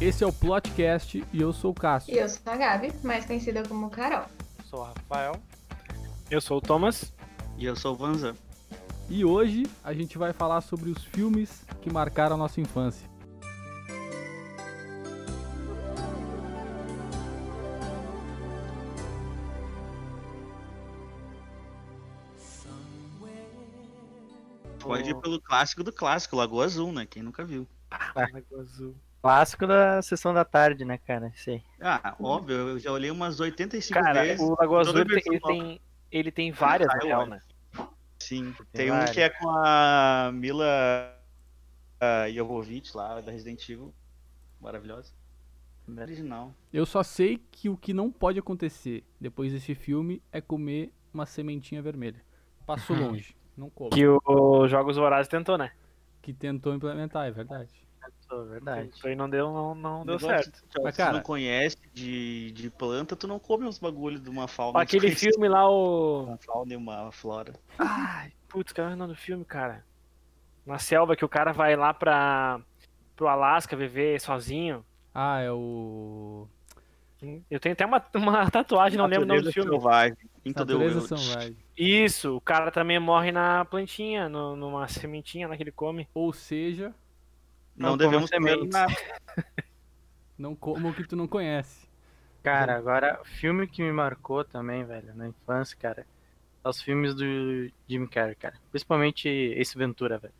Esse é o Plotcast e eu sou o Cássio. E eu sou a Gabi, mais conhecida como Carol. sou o Rafael. Eu sou o Thomas. E eu sou o Vanzan. E hoje a gente vai falar sobre os filmes que marcaram a nossa infância. Pode ir pelo clássico do clássico, Lagoa Azul, né? Quem nunca viu. Lagoa Azul. Clássico da sessão da tarde, né, cara? Sei. Ah, óbvio, eu já olhei umas 85 Cara, vezes. o Lagoa Azul toda ele versão tem, ele nova. tem, ele tem várias, na Saiu, real, né? né? Sim, tem, tem um vários. que é com a Mila ah, Jovovich lá, da Resident Evil. Maravilhosa. Original. Eu só sei que o que não pode acontecer depois desse filme é comer uma sementinha vermelha. Passou Uhum. longe, não como. Que, Que o Jogos Vorazes tentou, né? tentou implementar, é verdade. Isso, verdade. Isso aí não deu, não, não deu Um Negócio certo. que Mas, tu cara- não conhece de, de planta, tu não come uns bagulhos de uma fauna. Aquele desconhecida, filme lá, o. Uma fauna e uma flora. Ai, putz, cara, o nome do filme, cara. Na selva que o cara vai lá pra. pro Alasca viver sozinho. Ah, é o. Eu tenho até uma, uma tatuagem, não lembro o nome do Natureza filme. Selvagem, Into the Natureza Wild. Sunrise. Isso, o cara também morre na plantinha, no- numa sementinha lá que ele come. Ou seja, Não, Não devemos coma comer sementes. nada. não como o que tu não conhece. Cara, agora, filme que me marcou também, velho, na infância, cara, é os filmes do Jim Carrey, cara. Principalmente Ace Ventura, velho.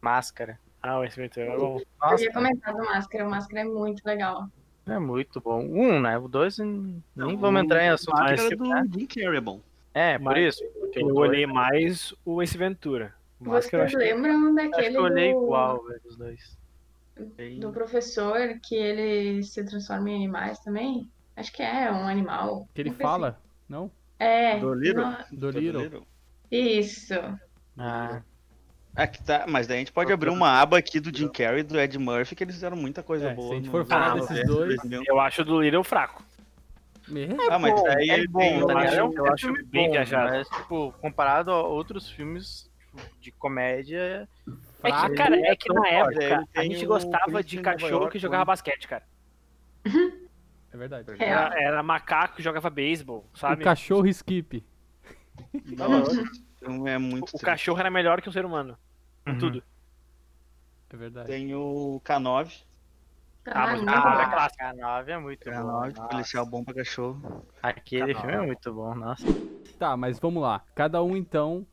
Máscara. Ah, esse mentor é bom. eu Nossa, ia comentar do Máscara, o Máscara é muito legal. é muito bom. Um, né? O dois, hum, nem Não, um vamos entrar em assunto. Máscara desse, do né? Jim Carrey é bom. É, por Mas isso. porque o Eu dois- olhei mais o Ace Ventura. O Máscara eu Vocês achei lembram Acho que daquele eu olhei do, igual, velho, os dois. Tem- do professor que ele se transforma em animais também? Acho que é um animal. Que ele Não fala, não? sei. É. Do Little? não- Do Little. Little. Isso. Ah, Aqui tá, mas daí a gente pode abrir uma aba aqui do Jim Carrey e do Ed Murphy, que eles fizeram muita coisa É, boa. se a gente no- for falar no- desses no- dois- Eu acho o do Little fraco. Ah, mas bom, daí é ele bom, tem eu um- acho- É um- é um acho filme bem bom, viajado. Mas, tipo, comparado a outros filmes tipo, de comédia, É que, Fraco. cara, é que na forte, ele época a tem gente o gostava Príncipe de de Nova cachorro York, que jogava né? basquete, cara. É verdade. É. Era, era macaco que jogava beisebol, O sabe? cachorro skip. Não, é muito O triste. cachorro era melhor que um ser humano. Uhum. em Tudo. É verdade. Tem o K9. Ah, mas o Tá, não. K9 é Ah, claro. clássico. K9 é muito K9, bom. nossa. policial bom um pra cachorro. Aquele K9. filme é muito bom, nossa. Tá, mas vamos lá. Cada um então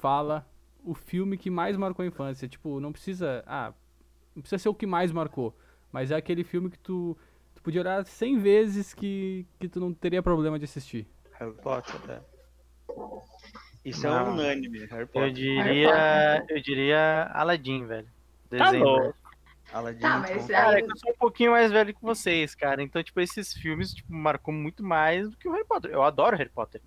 fala o filme que mais marcou a infância. Tipo, não precisa. Ah, não precisa ser o que mais marcou. Mas é aquele filme que tu, tu podia olhar 100 vezes que, que tu não teria problema de assistir. Harry Potter, né? Isso é Não. unânime, Harry Eu é Potter. diria, eu diria Aladdin, velho. Tá louco. né? velho. Aladdin, Tá, mas então. Cara, é aí, que eu sou um pouquinho mais velho que vocês, cara. Então, tipo, esses filmes tipo, marcou muito mais do que o Harry Potter. Eu adoro Harry Potter.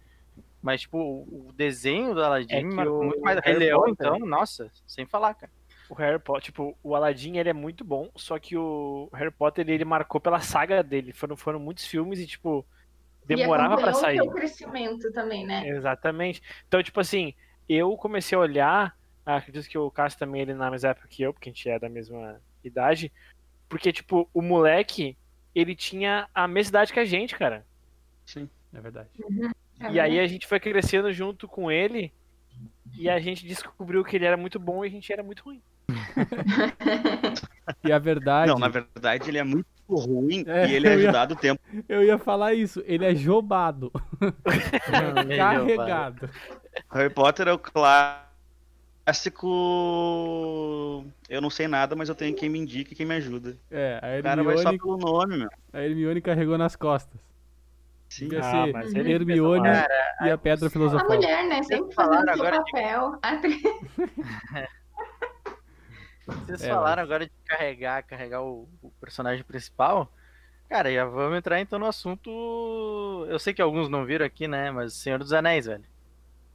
Mas, tipo, o o desenho do Aladdin É que me marcou o muito mais. Harry Rei Leão, Potter- então, nossa, sem falar, cara. O Harry Potter, tipo, o Aladdin, ele é muito bom, só que o Harry Potter, ele marcou pela saga dele. Foram, foram muitos filmes e, tipo, e demorava pra acompanhou sair. o teu crescimento também, né? Exatamente. Então, tipo assim, eu comecei a olhar, ah, acredito que o Cássio também ele na mesma época que eu, porque a gente é da mesma idade, porque, tipo, o moleque, ele tinha a mesma idade que a gente, cara. É verdade. E É. aí a gente foi crescendo junto com ele, e a gente descobriu que ele era muito bom e a gente era muito ruim. E a verdade. Não, na verdade ele é muito ruim É, e ele é eu ia- ajudado o tempo. Eu ia falar isso. Ele é jobado. é Meu, carregado. Harry Potter é o clássico. Eu não sei nada, mas eu tenho quem me indique e quem me ajuda. É, a O cara vai só Hermione, pelo nome, meu. a Hermione carregou nas costas. Sim. Ia Ah, ser mas ele fez Hermione uma- e a Pedra A Filosofal. mulher, né? Sempre fazendo falaram seu agora de- papel. A atriz Vocês É, falaram agora de carregar, carregar o, o personagem principal. Cara, já vamos entrar então no assunto. Eu sei que alguns não viram aqui, né? Mas Senhor dos Anéis, velho.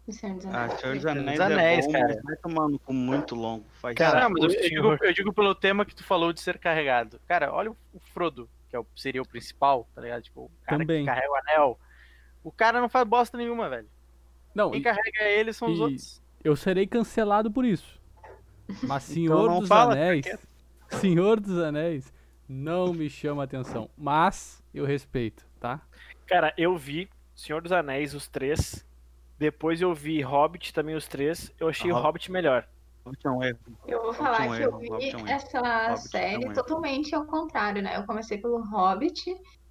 do Senhor dos Ah, Anéis. Senhor dos Senhor Anéis, dos Anéis, é bom, cara. mas vai tomando com muito longo. Faz Cara, não, mas eu, o- digo, eu digo pelo tema que tu falou de ser carregado. Cara, olha o Frodo, que é o- seria o principal, tá ligado? Tipo, o cara Também. que carrega o anel. O cara não faz bosta nenhuma, velho. Não, Quem carrega ele são os e- outros. Eu serei cancelado por isso. Mas Senhor não dos fala, Anéis. Senhor dos Anéis Não me chama atenção. Mas eu respeito, tá? Cara, eu vi Senhor dos Anéis, os três. Depois eu vi Hobbit também, os três. Eu achei Ah, o Hobbit melhor. Hobbit é um erro. Eu vou Hobbit falar é um que erro, eu vi Hobbit é um erro. essa é um série erro. totalmente ao contrário, né? Eu comecei pelo Hobbit,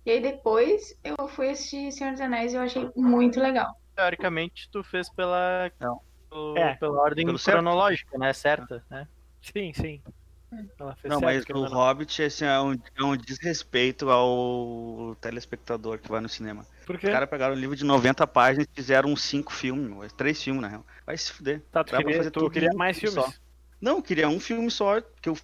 e aí depois eu fui assistir Senhor dos Anéis e eu achei muito legal. Teoricamente, tu fez pela, Não. pelo- É. pela ordem Pelo certo. cronológica, né? Certa, né? Sim, sim. Ela fez Não, certo, mas querendo o ou não. Hobbit esse é, um, é um desrespeito ao telespectador que vai no cinema. Por quê? Os caras pegaram um livro de 90 páginas e fizeram uns 5 filmes, meu, É três filmes na real. Vai se fuder. Tá, tu dá pra queria, fazer tu tudo queria em um mais filme filmes. Não, eu queria um filme só, porque o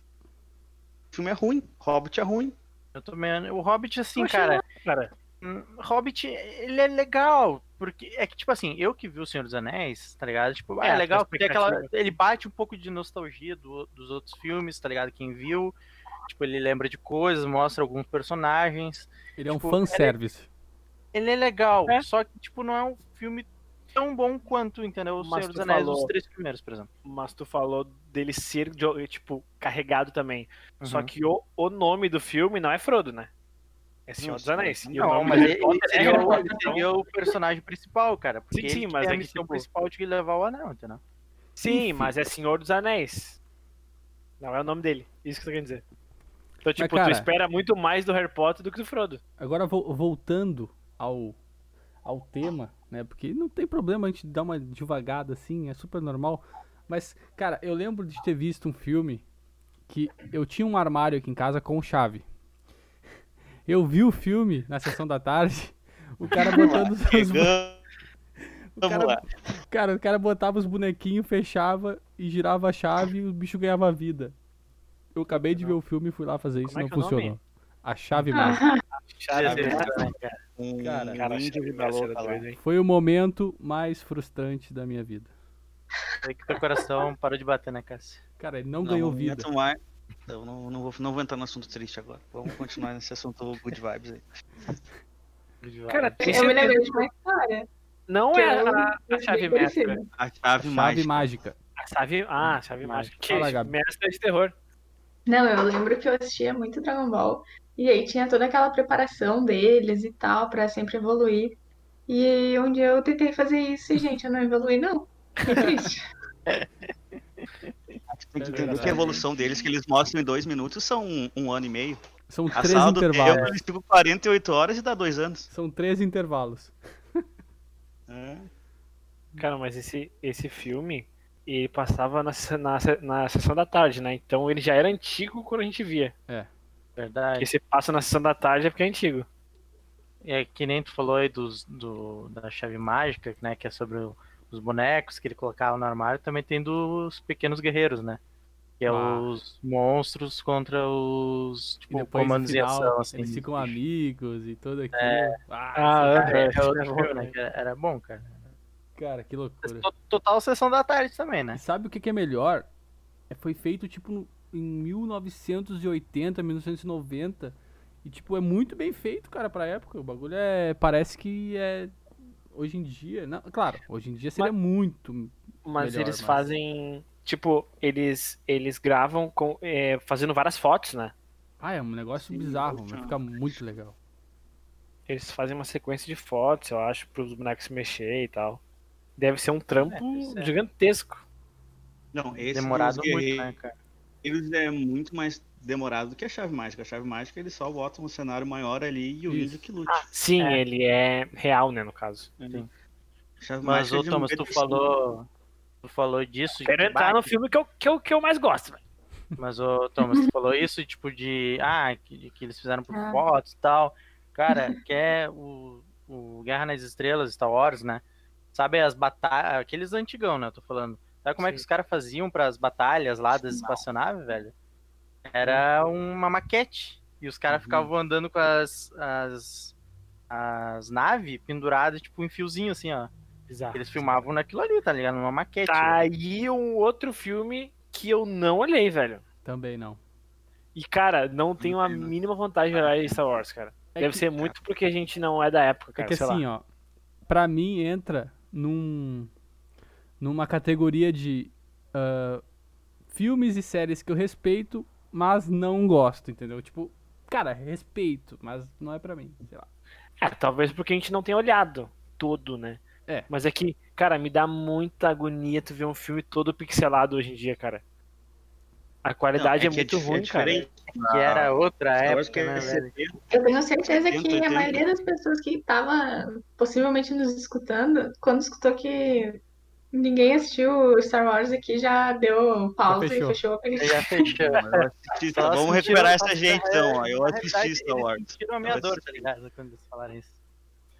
filme é ruim. Hobbit é ruim. Eu também. O Hobbit, assim, Eu achei cara. legal, cara. Hum, Hobbit, ele é legal, porque é que, tipo assim, eu que vi O Senhor dos Anéis, tá ligado? Tipo, ah, É, é legal, porque expectativa. aquela, ele bate um pouco de nostalgia do- dos outros filmes, tá ligado? Quem viu, tipo, ele lembra de coisas, mostra alguns personagens. Ele é um Tipo, fanservice. Ele é legal, É. só que, tipo, não é um filme tão bom quanto, entendeu? O Mas Senhor dos tu Anéis, falou- os três primeiros, por exemplo. Mas tu falou dele ser, de- tipo, carregado também. Só Uhum. que o, o nome do filme não é Frodo, né? É Senhor Não, dos Anéis. E o Não, nome mas do ele, ele Potter é seria, o, Harry ele Potter, então- seria o personagem principal, cara. Porque Sim, sim, ele que mas tem é a que, missão tipo- principal de levar o anel, entendeu? Sim, Enfim. mas é Senhor dos Anéis. Não é o nome dele. Isso que tu quer dizer. Então, tipo, cara- tu espera muito mais do Harry Potter do que do Frodo. Agora vo- voltando ao, ao tema, né? Porque não tem problema a gente dar uma devagada assim, é super normal. Mas, cara, eu lembro de ter visto um filme que eu tinha um armário aqui em casa com chave. Eu vi o filme na sessão da tarde, o cara botando os, os bo- Vamos o cara- lá. Cara, o cara botava os bonequinhos, fechava e girava a chave e o bicho ganhava vida. Eu acabei de ver o filme e fui lá fazer isso, Como é não que é o nome? funcionou. A chave mágica. Chave, Sim, sim. Um Cara, Cara, índio achei vida que louca era lá. doido, hein? Foi o momento mais frustrante da minha vida. Sei que teu coração parou de bater, né, Cássio? Cara, ele não, ganhou no vida. momento mais- Eu não, não vou, não vou entrar no assunto triste agora. Vamos continuar nesse assunto good vibes aí. Cara, tem eu me certeza- lembrei de uma história. Não que é eu a, a não chave vi aquele mestra. filme. A A é chave, chave mágica. mágica. A chave. Ah, a chave mágica. Que Fala, isso? Gabi. mestra de terror. Não, eu lembro que eu assistia muito Dragon Ball, e aí tinha toda aquela preparação deles e tal, pra sempre evoluir. E um dia eu tentei fazer isso e, gente, eu não evoluí, não. Que triste. Tem É que entender verdade. que a evolução deles, que eles mostram em dois minutos, são um, um ano e meio. São A três sala do intervalos. tempo, eles ficam 48 horas e dá dois anos. São três intervalos. É. Cara, mas esse, esse filme, ele passava na, se- na, se- na sessão da tarde, né? Então ele já era antigo quando a gente via. Porque Verdade. se passa na sessão da tarde é porque é antigo. É que nem tu falou aí dos, do, da chave mágica, né? Que é sobre o- os bonecos que ele colocava no armário. Também tem dos pequenos guerreiros, né? Que é Ah. os monstros contra os E tipo, depois no comandos em ação, final, assim. eles ficam amigos e tudo aquilo. Ah, Ah, Ah, é, é, é outro filme, né, que era- era bom, cara. cara, que loucura. To- Total sessão da tarde também, né? E sabe o que, que é melhor? É, foi feito tipo no- em 1980, 1990. E tipo, é muito bem feito, cara, pra época. O bagulho é. Parece que é. Hoje em dia. Não, claro, hoje em dia seria muito. Mas Melhor, eles mas- fazem. Tipo, eles, eles gravam com, é, fazendo várias fotos, né? Ah, é um negócio Sim, bizarro, ótimo. mas fica muito legal. Eles fazem uma sequência de fotos, eu acho, pros bonecos se mexer e tal. Deve ser um trampo É, deve ser. gigantesco. Não, esse Demorado dos muito, guerreiros, né, cara? Eles é muito mais demorado do que a chave mágica. A chave mágica eles só botam um cenário maior ali e o Isso. índio que lute. Sim, É. ele é real, né, no caso. A chave Mas, mágica é ô de Thomas, tu 95. falou. Tu falou disso. de Quero entrar bate- no filme que eu, que eu, que eu mais gosto, velho. Mas, ô, Thomas, tu falou isso, tipo, de. Ah, que, que eles fizeram por Ah. fotos e tal. Cara, que é o, o Guerra nas Estrelas, Star Wars, né? Sabe as batalhas. Aqueles antigão, né? Eu tô falando. Sabe como é que Sim. os caras faziam pras batalhas lá das espaçonaves, velho? Era uma maquete. E os caras Uhum. ficavam andando com as. as as naves penduradas, tipo, em fiozinho, assim, ó. Bizarro. Eles filmavam naquilo ali, tá ligado? Numa maquete. Tá aí um outro filme que eu não olhei, velho. Também não. E, cara, não tenho a Entendo. mínima vontade de olhar Star Wars, cara. É Deve que- ser muito porque a gente não é da época, É cara. que sei assim, lá. ó, pra mim entra num numa categoria de ah, filmes e séries que eu respeito, mas não gosto, entendeu? Tipo, Cara, respeito, mas não é pra mim, sei lá. É, talvez porque a gente não tenha olhado todo, né? É. Mas é que, cara, me dá muita agonia tu ver um filme todo pixelado hoje em dia, cara. A qualidade Não, é, que muito dif- ruim, cara. diferente. Que era outra Star Wars época, que é né, velho? 70, Eu tenho certeza que 80. a maioria das pessoas que estava possivelmente nos escutando, quando escutou que ninguém assistiu Star Wars aqui, já deu pausa fechou. e fechou. Eu Já fechou. Eu assisti- Ela Vamos sentiu- recuperar essa gente, então. ó. Eu Na verdade, é assisti Star eles Wars. Tirou a minha Eu dor, tá assisti. ligado? Quando eles falaram isso.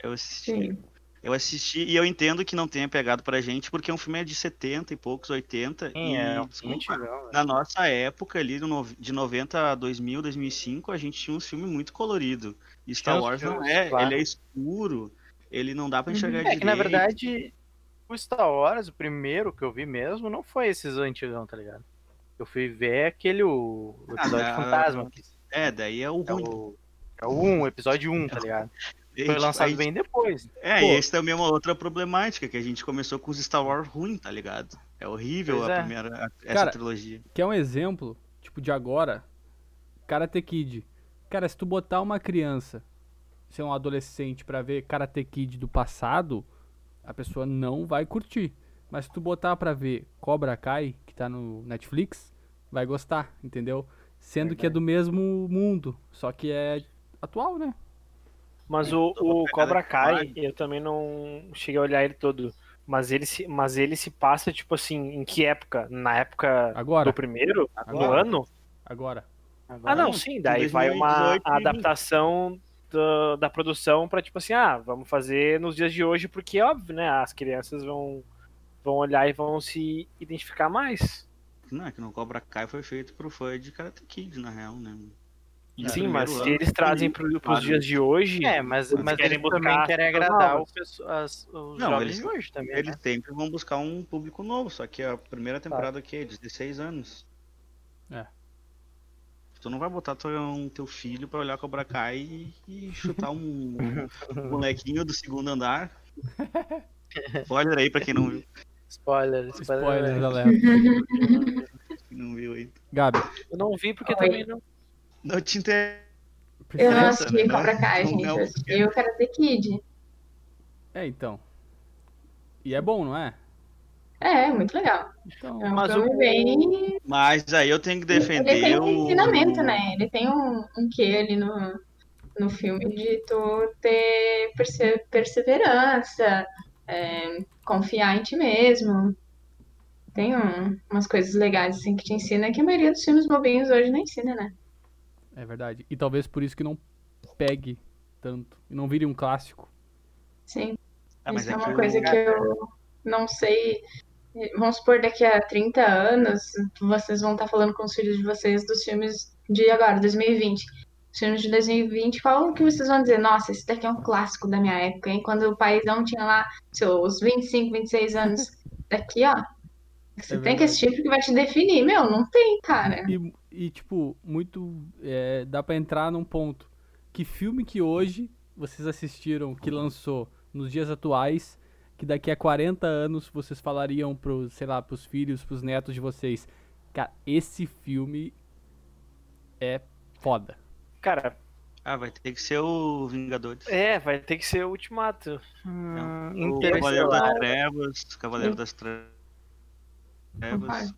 Eu assisti. Sim. Eu assisti e eu entendo que não tenha pegado pra gente, porque é um filme de 70 e poucos, 80. Sim, e, é um desculpa, antigão, velho. na nossa época ali, no no- de 90 a 2000, 2005, a gente tinha um filme muito colorido. E Star Tinha uns Wars não filmes, é, claro. ele é escuro, ele não dá pra enxergar É direito. que na verdade, o Star Wars, o primeiro que eu vi mesmo, não foi esses antigão, tá ligado? Eu fui ver aquele o, o episódio Ah, fantasma. que É, daí é o É ruim. o, é o 1, episódio 1, tá ligado? Foi lançado bem depois. É, Pô. e esse também é uma outra problemática, que a gente começou com os Star Wars ruim, tá ligado? É horrível Pois a é. primeira, a- essa Cara, trilogia. Quer um exemplo, tipo, de agora? Karate Kid. Cara, se tu botar uma criança, ser um adolescente, pra ver Karate Kid do passado, a pessoa não vai curtir. Mas se tu botar pra ver Cobra Kai, que tá no Netflix, vai gostar, entendeu? Sendo que é do mesmo mundo, só que é atual, né? Mas o, Eu vou o pegar Cobra daqui Kai, fora. eu também não cheguei a olhar ele todo. Mas ele se, mas ele se passa, tipo assim, em que época? Na época do Agora, primeiro? Do agora, ano? agora. Ah, não, Não, sim. de Daí vai uma 2018 e 20. adaptação da- da produção pra, tipo assim, ah, vamos fazer nos dias de hoje, porque, óbvio, né? As crianças vão, vão olhar e vão se identificar mais. Não, é que no Cobra Kai foi feito pro fã de Karate Kid, na real, né? E sim, o mas primeiro se ano- eles trazem pro, pros Claro. dias de hoje. É, mas, Eles mas querem eles também buscar querem as pessoas agradar novas. o pesso- as- os Não, jovens eles- de hoje também, Eles né? sempre vão buscar um público novo, só que a primeira Tá. temporada aqui é 16 anos. É. Tu não vai botar teu, um- teu filho pra olhar Cobra Kai e, e chutar um, um molequinho do segundo andar. Spoiler aí pra quem não viu, Spoiler, spoiler. Spoilers, velho. galera. quem não viu aí. Gabi, Eu não vi porque Oi. também não. Não te interessa. Eu não Essa, assisti né? Cobra Kai, Não, gente. não. Eu assisti o Karate Kid. é então. E é bom, não é? É, muito legal. Então, É um Mas filme o- bem Mas aí eu tenho que defender Ele tem o. um ensinamento, né? Ele tem um, um quê ali no, no filme de tu ter perse- perseverança, é, confiar em ti mesmo. Tem um- umas coisas legais assim que te ensina que a maioria dos filmes bobinhos hoje não ensina, né? é verdade. E talvez por isso que não pegue tanto e não vire um clássico. Sim. Ah, mas Isso é é uma que o- coisa que eu não sei. Vamos supor, daqui a 30 anos, vocês vão estar falando com os filhos de vocês dos filmes de agora, 2020. Os filmes de 2020, qual que vocês vão dizer? Nossa, esse daqui é um clássico da minha época, hein? Quando o paizão tinha lá seus 25, 26 anos. Daqui, ó. Você É tem que verdade. assistir porque vai te definir. Meu, não tem, cara. E, e, tipo, muito. é, dá pra entrar num ponto. Que filme que hoje vocês assistiram, que lançou nos dias atuais, que daqui a 40 anos vocês falariam pros, sei lá, pros filhos, pros netos de vocês. Cara, esse filme é foda. Cara, Ah, vai ter que ser o Vingadores. é, vai ter que ser o Ultimato. Hum, O Cavaleiro Interestelar. das Trevas. Cavaleiro das Tre- Trevas.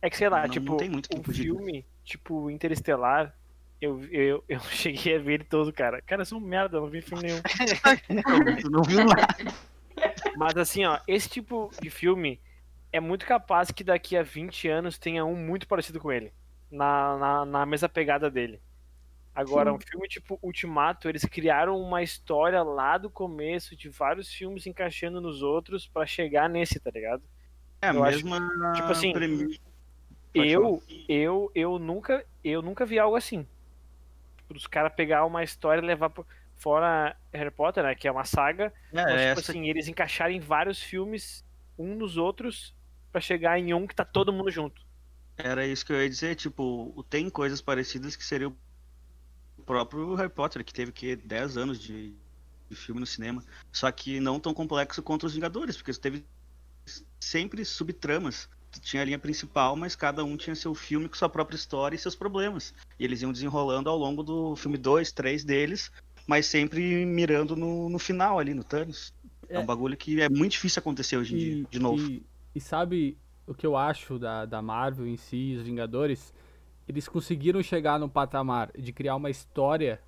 É que sei lá, Não- não tipo, tem muito um tempo de- filme, tipo, Interestelar, eu, eu, eu cheguei a ver ele todo, cara. Cara, eu sou um merda, eu não vi filme nenhum. Tu não viu nada. Mas assim, ó, esse tipo de filme é muito capaz que daqui a 20 anos tenha um muito parecido com ele. Na, na, na mesma pegada dele. Agora, um filme tipo Ultimato, eles criaram uma história lá do começo de vários filmes encaixando nos outros pra chegar nesse, tá ligado? É, a Eu acho mesma. tipo assim, premi- Pode Eu, eu, eu nunca, eu nunca vi algo assim. Tipo, os caras pegar uma história e levar pro- fora Harry Potter, né, que é uma saga, falar. mas, É, tipo essa- assim, eles encaixarem vários filmes um nos outros pra chegar em um que tá todo mundo junto. Era isso que eu ia dizer. Tipo, o- tem coisas parecidas que seria o próprio Harry Potter, que teve que 10 anos de, de filme no cinema. Só que não tão complexo contra os Vingadores, porque teve sempre subtramas. tu tinha a linha principal, mas cada um tinha seu filme com sua própria história e seus problemas. E eles iam desenrolando ao longo do filme 2, 3 deles, mas sempre mirando no, no final ali, no Thanos. É, um bagulho que é muito difícil acontecer hoje em dia, de novo. E, e sabe o que eu acho da, da Marvel em si, os Vingadores? Eles conseguiram chegar num patamar de criar uma história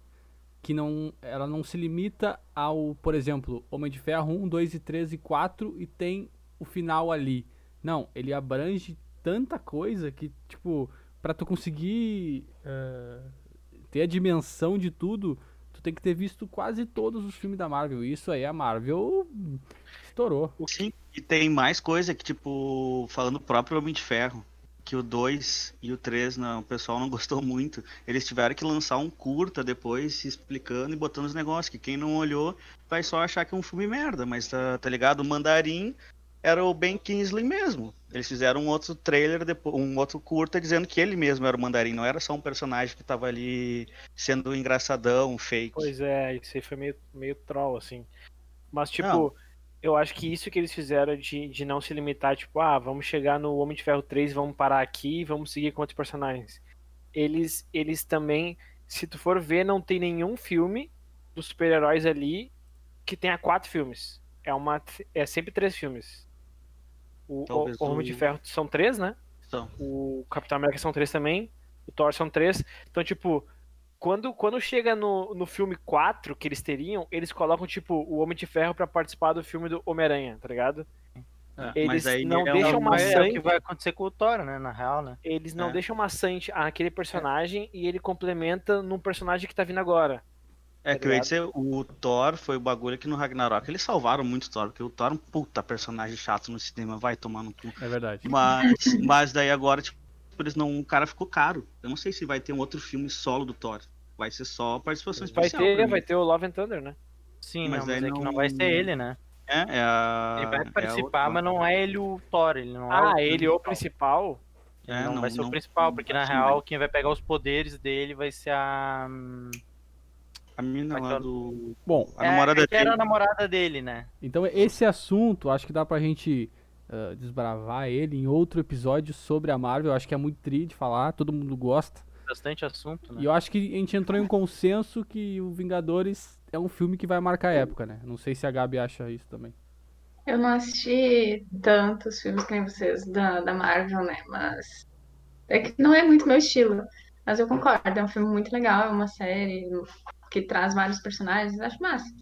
que não ela não se limita ao, por exemplo, Homem de Ferro 1, 2 e 3 e 4 e tem o final ali. Não, ele abrange tanta coisa que, tipo, para tu conseguir uh, ter a dimensão de tudo, tu tem que ter visto quase todos os filmes da Marvel. E isso aí a Marvel estourou. Sim, e tem mais coisa que, tipo, falando o próprio Homem de Ferro, que o 2 e o 3, não, o pessoal não gostou muito. Eles tiveram que lançar um curta depois, se explicando e botando os negócios, que quem não olhou vai só achar que é um filme merda, mas tá, tá ligado? O Mandarim era o Ben Kingsley mesmo. Eles fizeram um outro trailer, depois, um outro curta, dizendo que ele mesmo era o Mandarim, não era só um personagem que tava ali sendo engraçadão, fake. Pois é, isso aí foi meio, meio troll, assim. Mas, tipo, Não. eu acho que isso que eles fizeram de, de não se limitar, tipo, ah, vamos chegar no Homem de Ferro 3, vamos parar aqui e vamos seguir com outros personagens. Eles, eles também, se tu for ver, não tem nenhum filme dos super-heróis ali que tenha quatro filmes. É, uma, é sempre três filmes. O, o, Talvez o Homem o- de Ferro são três, né? Então, o Capitão América são três também, o Thor são três. Então, tipo, quando, quando chega no, no filme 4 que eles teriam, eles colocam, tipo, o Homem de Ferro pra participar do filme do Homem-Aranha, tá ligado? Eles mas aí não é deixam é, um- o- uma é o sangue. que vai acontecer com o Thor, né? Na real, né? Eles não É. deixam maçante aquele personagem e ele complementa num personagem que tá vindo agora. É tá que eu ia dizer, o Thor foi o bagulho que no Ragnarok eles salvaram muito o Thor, porque o Thor é um puta personagem chato no cinema, vai tomar no cu. É verdade. Mas, mas daí agora, tipo, eles não. O cara ficou caro. Eu não sei se vai ter um outro filme solo do Thor. Vai ser só participação Vai especial. pra ter, mim. vai ter o Love and Thunder, né? Sim, Mas mas, não, mas aí é que não- não vai ser ele, né? É, é a- Ele é vai o participar, Thor. mas não é ele o Thor, ele não é Ah, o ele é o principal. Ele É, não, não- vai ser não- o principal, porque na sim, real quem vai pegar os poderes dele vai ser a. hum, A mina Vai lá ter- do. Bom, A namorada é, que era a dele. namorada dele, né? Então esse assunto, acho que dá pra gente ah, desbravar ele em outro episódio sobre a Marvel. Eu acho que é muito tri de falar, todo mundo gosta. Bastante assunto, né? E eu acho que a gente entrou em um consenso que o Vingadores é um filme que vai marcar a época, né? Não sei se a Gabi acha isso também. Eu não assisti tantos filmes que nem vocês da, da Marvel, né? Mas é que não é muito meu estilo. Mas eu concordo, é um filme muito legal, é uma série que traz vários personagens, acho massa.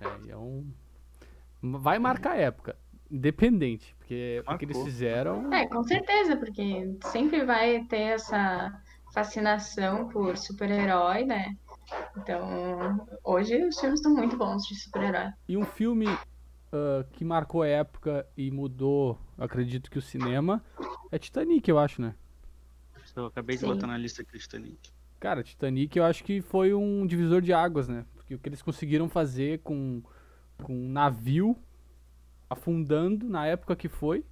É, e é um... Vai marcar a época, independente, porque é o que eles Marcou. fizeram... É, com certeza, porque sempre vai ter essa fascinação por super-herói, né? Então, hoje os filmes estão muito bons de super-herói. E um filme ah, que marcou a época e mudou, acredito que o cinema, é Titanic, eu acho, né? Eu acabei de Sim. botar na lista aqui, Titanic. Cara, Titanic eu acho que foi um divisor de águas, né? Porque o que eles conseguiram fazer com, com um navio afundando na época que foi.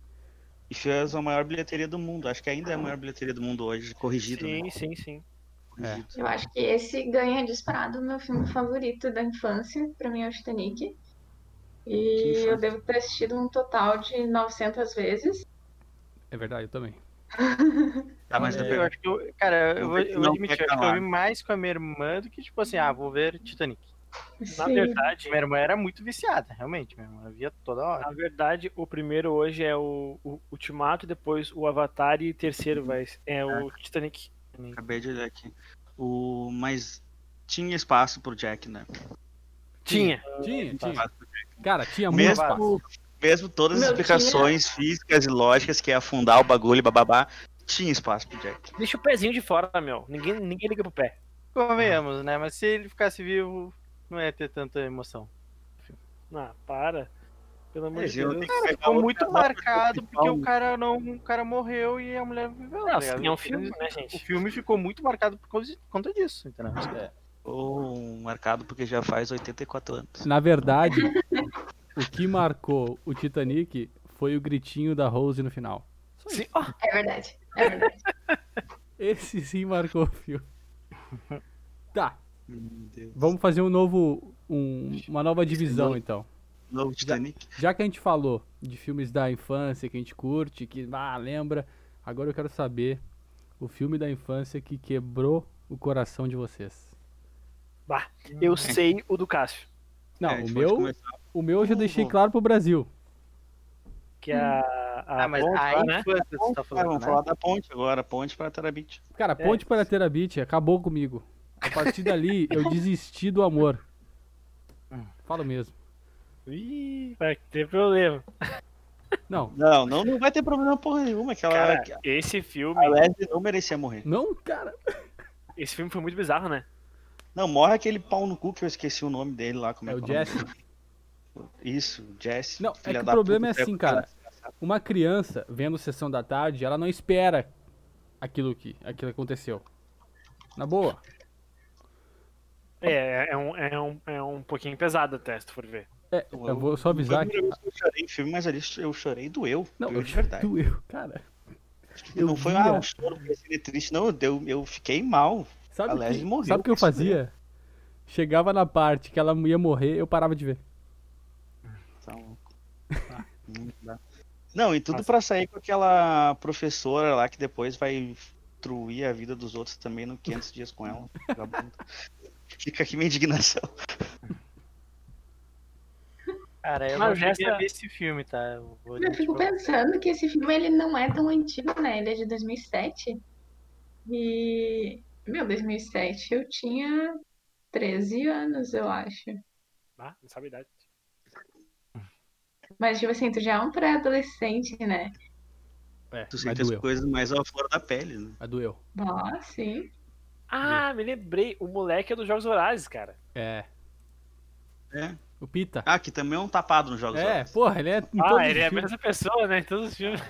E fez a maior bilheteria do mundo. Acho que ainda é a maior bilheteria do mundo hoje. Corrigido, né? Sim, sim, sim. Corrigido. Eu acho que esse ganha disparado o meu filme favorito da infância, pra mim é o Titanic. Que E infância. eu devo ter assistido um total de 900 vezes. É verdade, eu também. Tá, mas eu, da pergunta. acho que eu, cara, eu Não vou tem- eu não vou admitir, quer eu acho que eu calar. vi mais com a minha irmã do que, tipo assim, ah, vou ver Titanic. Na Sim. verdade, Minha irmã era muito viciada, realmente, minha irmã via toda hora. Na verdade, o primeiro hoje é o, o Ultimato, depois o Avatar e terceiro vai é o Titanic. Acabei de olhar aqui. O... Mas tinha espaço pro Jack, né? Tinha. Tinha, tinha. Cara, tinha muito Mesmo- espaço. Mesmo todas as Não explicações físicas e lógicas que é afundar o bagulho, bababá, tinha espaço pro Jack. Deixa o pezinho de fora, meu. Ninguém, ninguém liga pro pé. Convenhamos, né? Mas se ele ficasse vivo, não ia ter tanta emoção. Ah, para. Pelo amor de Esse eu Deus. tenho É, que pegar Ficou outra muito nota marcado principal. porque o cara não, o cara morreu e a mulher viveu. tá Não, ligado? assim, é um filme, né, gente? O filme ficou muito marcado por causa, por conta disso, entendeu? Ou marcado porque já faz 84 anos. Na verdade, o que marcou o Titanic foi o gritinho da Rose no final. Sim, ó, É verdade, é verdade. Esse sim marcou o filme. Tá, Meu Deus. vamos fazer um novo. um- uma nova divisão então. Novo Titanic. Já que a gente falou de filmes da infância que a gente curte, que ah, lembra. Agora eu quero saber o filme da infância que quebrou o coração de vocês. Bah, eu sei o do Cássio, Não, É, a gente o, pode meu, começar. o meu eu já Hum, deixei bom. claro pro Brasil. que é a. a Ah, mas Bond a lá, né? infância você tá Ah, falando, vamos né? falar da ponte agora, ponte pra Terabit. Cara, É, Ponte isso. para Terabit acabou comigo. A partir dali eu desisti do amor. Falo mesmo. Ih, vai ter problema. Não, Não, não, não vai ter problema porra nenhuma, aquela. Cara, que- esse filme. a Leslie não merecia morrer. não, cara. Esse filme foi muito bizarro, né? Não, morre aquele pau no cu que eu esqueci o nome dele lá. Como é, É o que nome Jesse. dele? Isso, Jesse. Não, é filha que o da problema puta, é assim, pega o cara. Uma criança vendo Sessão da Tarde, ela não espera aquilo que, aquilo que aconteceu. Na boa. É, é um, é, um, é um pouquinho pesado até, se tu for ver. É, Então Eu- eu vou só Foi a avisar que. primeira vez que eu chorei em filme, mas ali eu chorei e doeu. Não, doeu eu de verdade. doeu, cara. eu não foi vi, ah, né? um choro porque eu triste, não. Eu, deu- eu fiquei mal. Sabe A o Leslie que, morreu, sabe o que eu isso né? daí. fazia? Chegava na parte que ela ia morrer, eu parava de ver. Tá louco. ah, Não dá. Não, e tudo Nossa. pra sair com aquela professora lá que depois vai truir a vida dos outros também no 500 dias com ela. vagabunda. Fica aqui minha indignação. Cara, eu Mas não o resto cheguei a é- ver esse filme, tá? Eu vou Eu fico tipo, é pensando que esse filme ele não é tão antigo, né? Ele é de 2007. E, meu, 2007 eu tinha 13 anos, eu acho. Ah, não sabe a idade. Mas, tipo assim, tu já é um pré-adolescente, né? É, Tu mas sente as doeu. coisas mais à flor da pele, né? Mas doeu. Nossa, sim. Ah, me lembrei. O moleque é dos Jogos Horazes, cara. É. É. O Pita. Ah, que também é um tapado nos jogos. É, Horazes. porra, ele é. Em todos ah, os ele é a filmes. mesma pessoa, né? Em todos os filmes.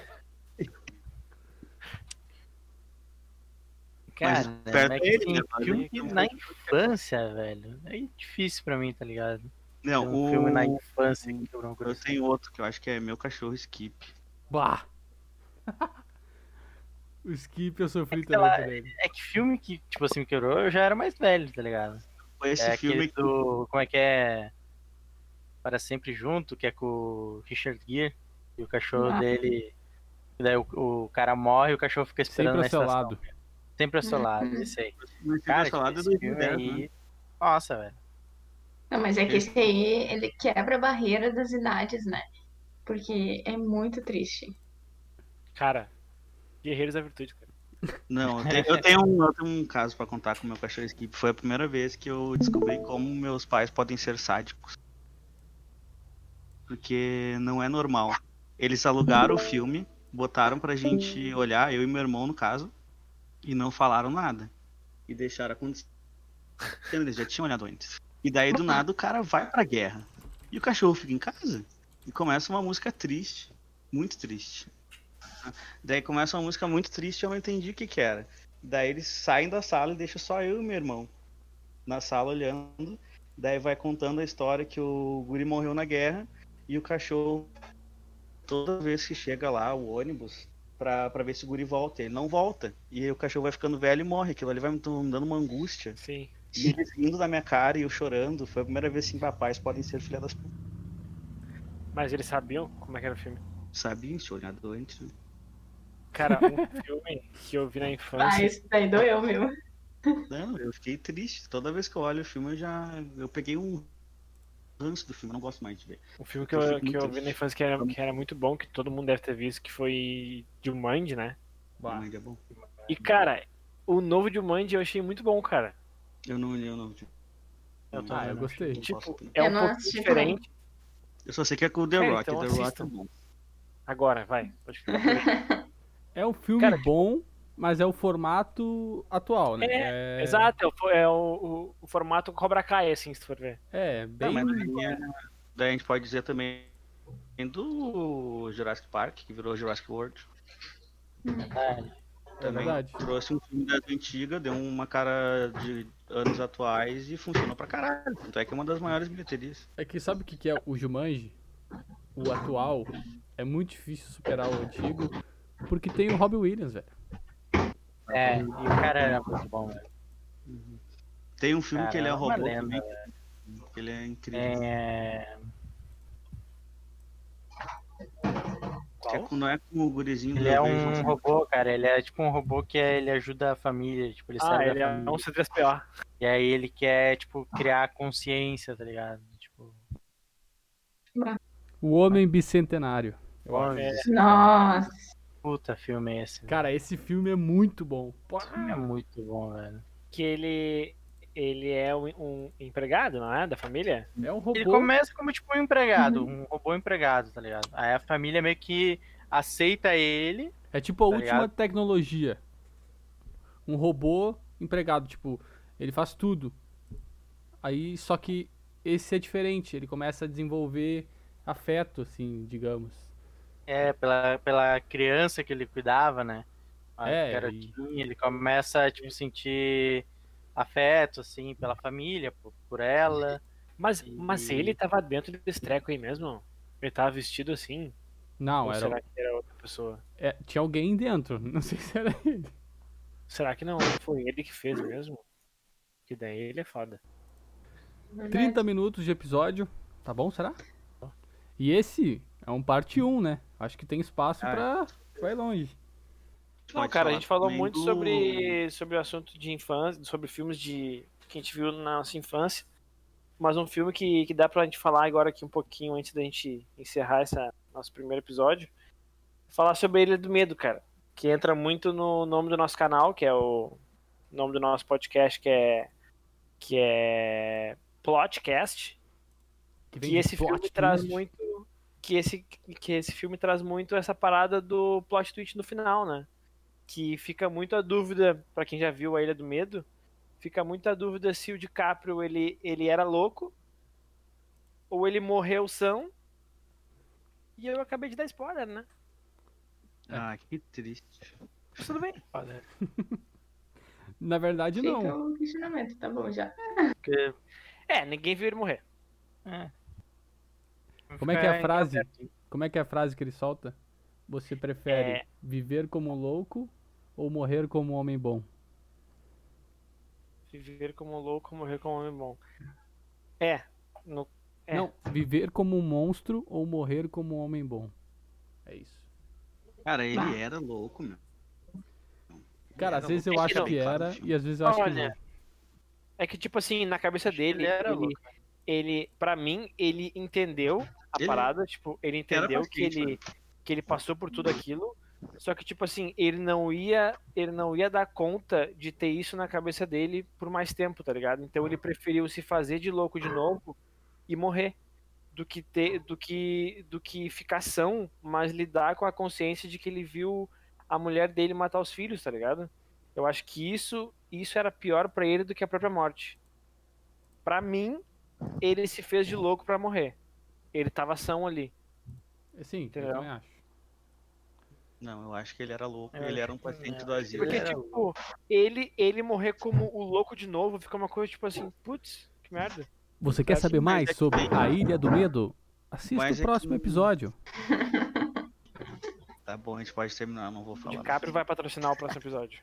cara, Mas né, perto mas dele, assim, né, mas filme aí na infância, velho. É difícil pra mim, tá ligado? Não, um o... filme na infância que quebrou um eu coração. tenho outro que eu acho que é Meu Cachorro Skip. Bah. o Skip eu sofri É que também ela- por ele. É que filme que, tipo assim, me quebrou, eu já era mais velho, tá ligado? Foi esse é filme aquele do. Como é que é? Para Sempre Junto, que é com o Richard Gere. E o cachorro Ah. dele. e Daí o, o cara morre e o cachorro fica Sempre esperando na ao seu estação. lado. Sempre ao seu Uhum. lado, isso aí. Não fica Cara, falado tipo, do esse filme inverno, né? aí. Nossa, velho. Não, mas é que esse aí, ele quebra a barreira das idades, né? Porque é muito triste. Cara, Guerreiros da Virtude, cara. Não, eu tenho, eu tenho um, eu tenho um caso pra contar com o meu cachorro Skip. Foi a primeira vez que eu descobri como meus pais podem ser sádicos. Porque não é normal. Eles alugaram o filme, botaram pra gente olhar, eu e meu irmão no caso, e não falaram nada. E deixaram acontecer. Eles já tinham olhado antes. E daí do nada o cara vai pra guerra. E o cachorro fica em casa. E começa uma música triste. Muito triste. Daí começa uma música muito triste, eu não entendi o que que era. Daí eles saem da sala e deixam só eu e meu irmão na sala olhando. Daí vai contando a história que o guri morreu na guerra e o cachorro toda vez que chega lá o ônibus pra, pra ver se o guri volta, ele não volta. E aí o cachorro vai ficando velho e morre. Aquilo ali vai me dando me dando uma angústia. Sim. E eles rindo da minha cara e eu chorando. Foi a primeira vez assim, papais podem ser filha das putas. Mas eles sabiam como é que era o filme. Sabia, tinha olhado antes. né? Cara, um filme que eu vi na Ah, infância. isso daí doeu, meu. Não, eu fiquei triste. Toda vez que eu olho o filme, eu já. Eu peguei um ranço do filme, eu não gosto mais de ver. Um filme que eu, que eu vi na infância que era, que era muito bom, que todo mundo deve ter visto, que foi Jumanji, né? Bah. Mas é bom. E, cara, o novo Jumanji eu achei muito bom, cara. Eu não eu não. tipo, Eu não- tô- Ah, eu não gostei. gosto Tipo, também. é Eu um não pouco assisti diferente. Eu só sei que é com o The Cara, Rock. então The Rock assista. é bom. Agora, vai. Pode ficar. É um filme Cara, bom, mas é o formato atual, né? É, Exato, é, o, é o, o- o formato Cobra Kai, assim, se tu for ver. É, Não, bem. mas aí é- daí a gente pode dizer também do Jurassic Park, que virou Jurassic World. Caralho. Também verdade. trouxe um filme das antigas, deu uma cara de anos atuais e funcionou pra caralho. Tanto é que é uma das maiores bilheterias. É que sabe o que, que é o Jumanji? O atual é muito difícil superar o antigo, porque tem o Robbie Williams, velho. É, e o cara era muito bom, velho. Tem um filme Cara, que ele é era uma robô lenda, também, que ele é incrível. É... Que é com- não é com o gurizinho Ele do é Avengers, um né? robô, cara. Ele é tipo um robô que é- ele ajuda a família, tipo, ele Ah, serve ele a é família. um C3PO. E aí ele quer, tipo, criar consciência, tá ligado? Tipo, O Homem Bicentenário. Eu acho. homem, Nossa. puta filme é esse. Cara, esse filme é muito bom. Pô, velho. É muito bom, velho. Que ele. Ele é um, um empregado, não é? Da família? É um robô. Ele começa como, tipo, um empregado, um robô empregado, tá ligado? Aí a família meio que aceita ele. É tipo a Tá última ligado? tecnologia. Um robô empregado, tipo, ele faz tudo. Aí, só que esse é diferente, ele começa a desenvolver afeto, assim, digamos. É, pela, pela criança que ele cuidava, né? A É, garotinha, ele começa a, tipo, sentir afeto, assim, pela família, por, por ela. Mas, mas E- ele tava dentro desse treco aí mesmo? Ele tava vestido assim? Não, Ou era, será que era outra pessoa? é, tinha alguém dentro, não sei se era ele. Será que não foi ele que fez mesmo? Que daí ele é foda. É verdade. 30 minutos de episódio, tá bom, será? E esse é um parte 1, né? Acho que tem espaço Ah, é. pra... Vai longe. Não, Pode cara, a falar gente falou também muito do- sobre, sobre o assunto de infância, sobre filmes de que a gente viu na nossa infância. Mas um filme que, que dá pra gente falar agora aqui um pouquinho antes da gente encerrar esse nosso primeiro episódio. Falar sobre ele do medo, cara. Que entra muito no nome do nosso canal, que é o nome do nosso podcast, que é. Que é. Plotcast. vem Que de esse filme plot traz twist. muito. Que esse, que esse filme traz muito essa parada do plot twist no final, né? Que fica muito a dúvida, pra quem já viu A Ilha do Medo, fica muito a dúvida se o DiCaprio ele, ele era louco ou ele morreu são. E eu acabei de dar spoiler, né? Ah, que triste. Mas tudo bem. Na verdade, Fica Então, não. o questionamento, tá bom já. Porque, É, ninguém viu ele morrer. Como é que é fica a em frase? aberto. Como é que é a frase que ele solta? Você prefere É. viver como um louco ou morrer como um homem bom? Viver como um louco, morrer como homem bom. É. No, É. Não, viver como um monstro ou morrer como um homem bom. É isso. Cara, ele Bah. era louco, meu. Cara, Ele às vezes eu louco. acho Esse É, não, que Claro, era filho. e às vezes eu acho que Olha. não. é que, tipo assim, na cabeça dele, ele era ele- louco. ele, para mim, ele entendeu a Ele- parada, tipo, ele Era entendeu que paciente, ele mano. que ele passou por tudo aquilo, só que tipo assim, ele não ia, ele não ia dar conta de ter isso na cabeça dele por mais tempo, tá ligado? Então ele preferiu se fazer de louco de novo e morrer do que ter do que do que ficar são, mas lidar com a consciência de que ele viu a mulher dele matar os filhos, tá ligado? Eu acho que isso isso era pior pra ele do que a própria morte. Pra mim, ele se fez de louco pra morrer. Ele tava são ali. É Sim, eu Entendeu? também acho. Não, eu acho que ele era louco. Eu ele acho era um que paciente não. do asilo. Porque, era tipo, ele, ele morrer como o louco de novo fica uma coisa, tipo assim, putz, que merda. Você quer acho saber que mais mais é que sobre tem. a Ilha do Medo? Assista Mas é o próximo que- episódio. Tá bom, a gente pode terminar, não vou O falar. mais. DiCaprio vai patrocinar o próximo episódio.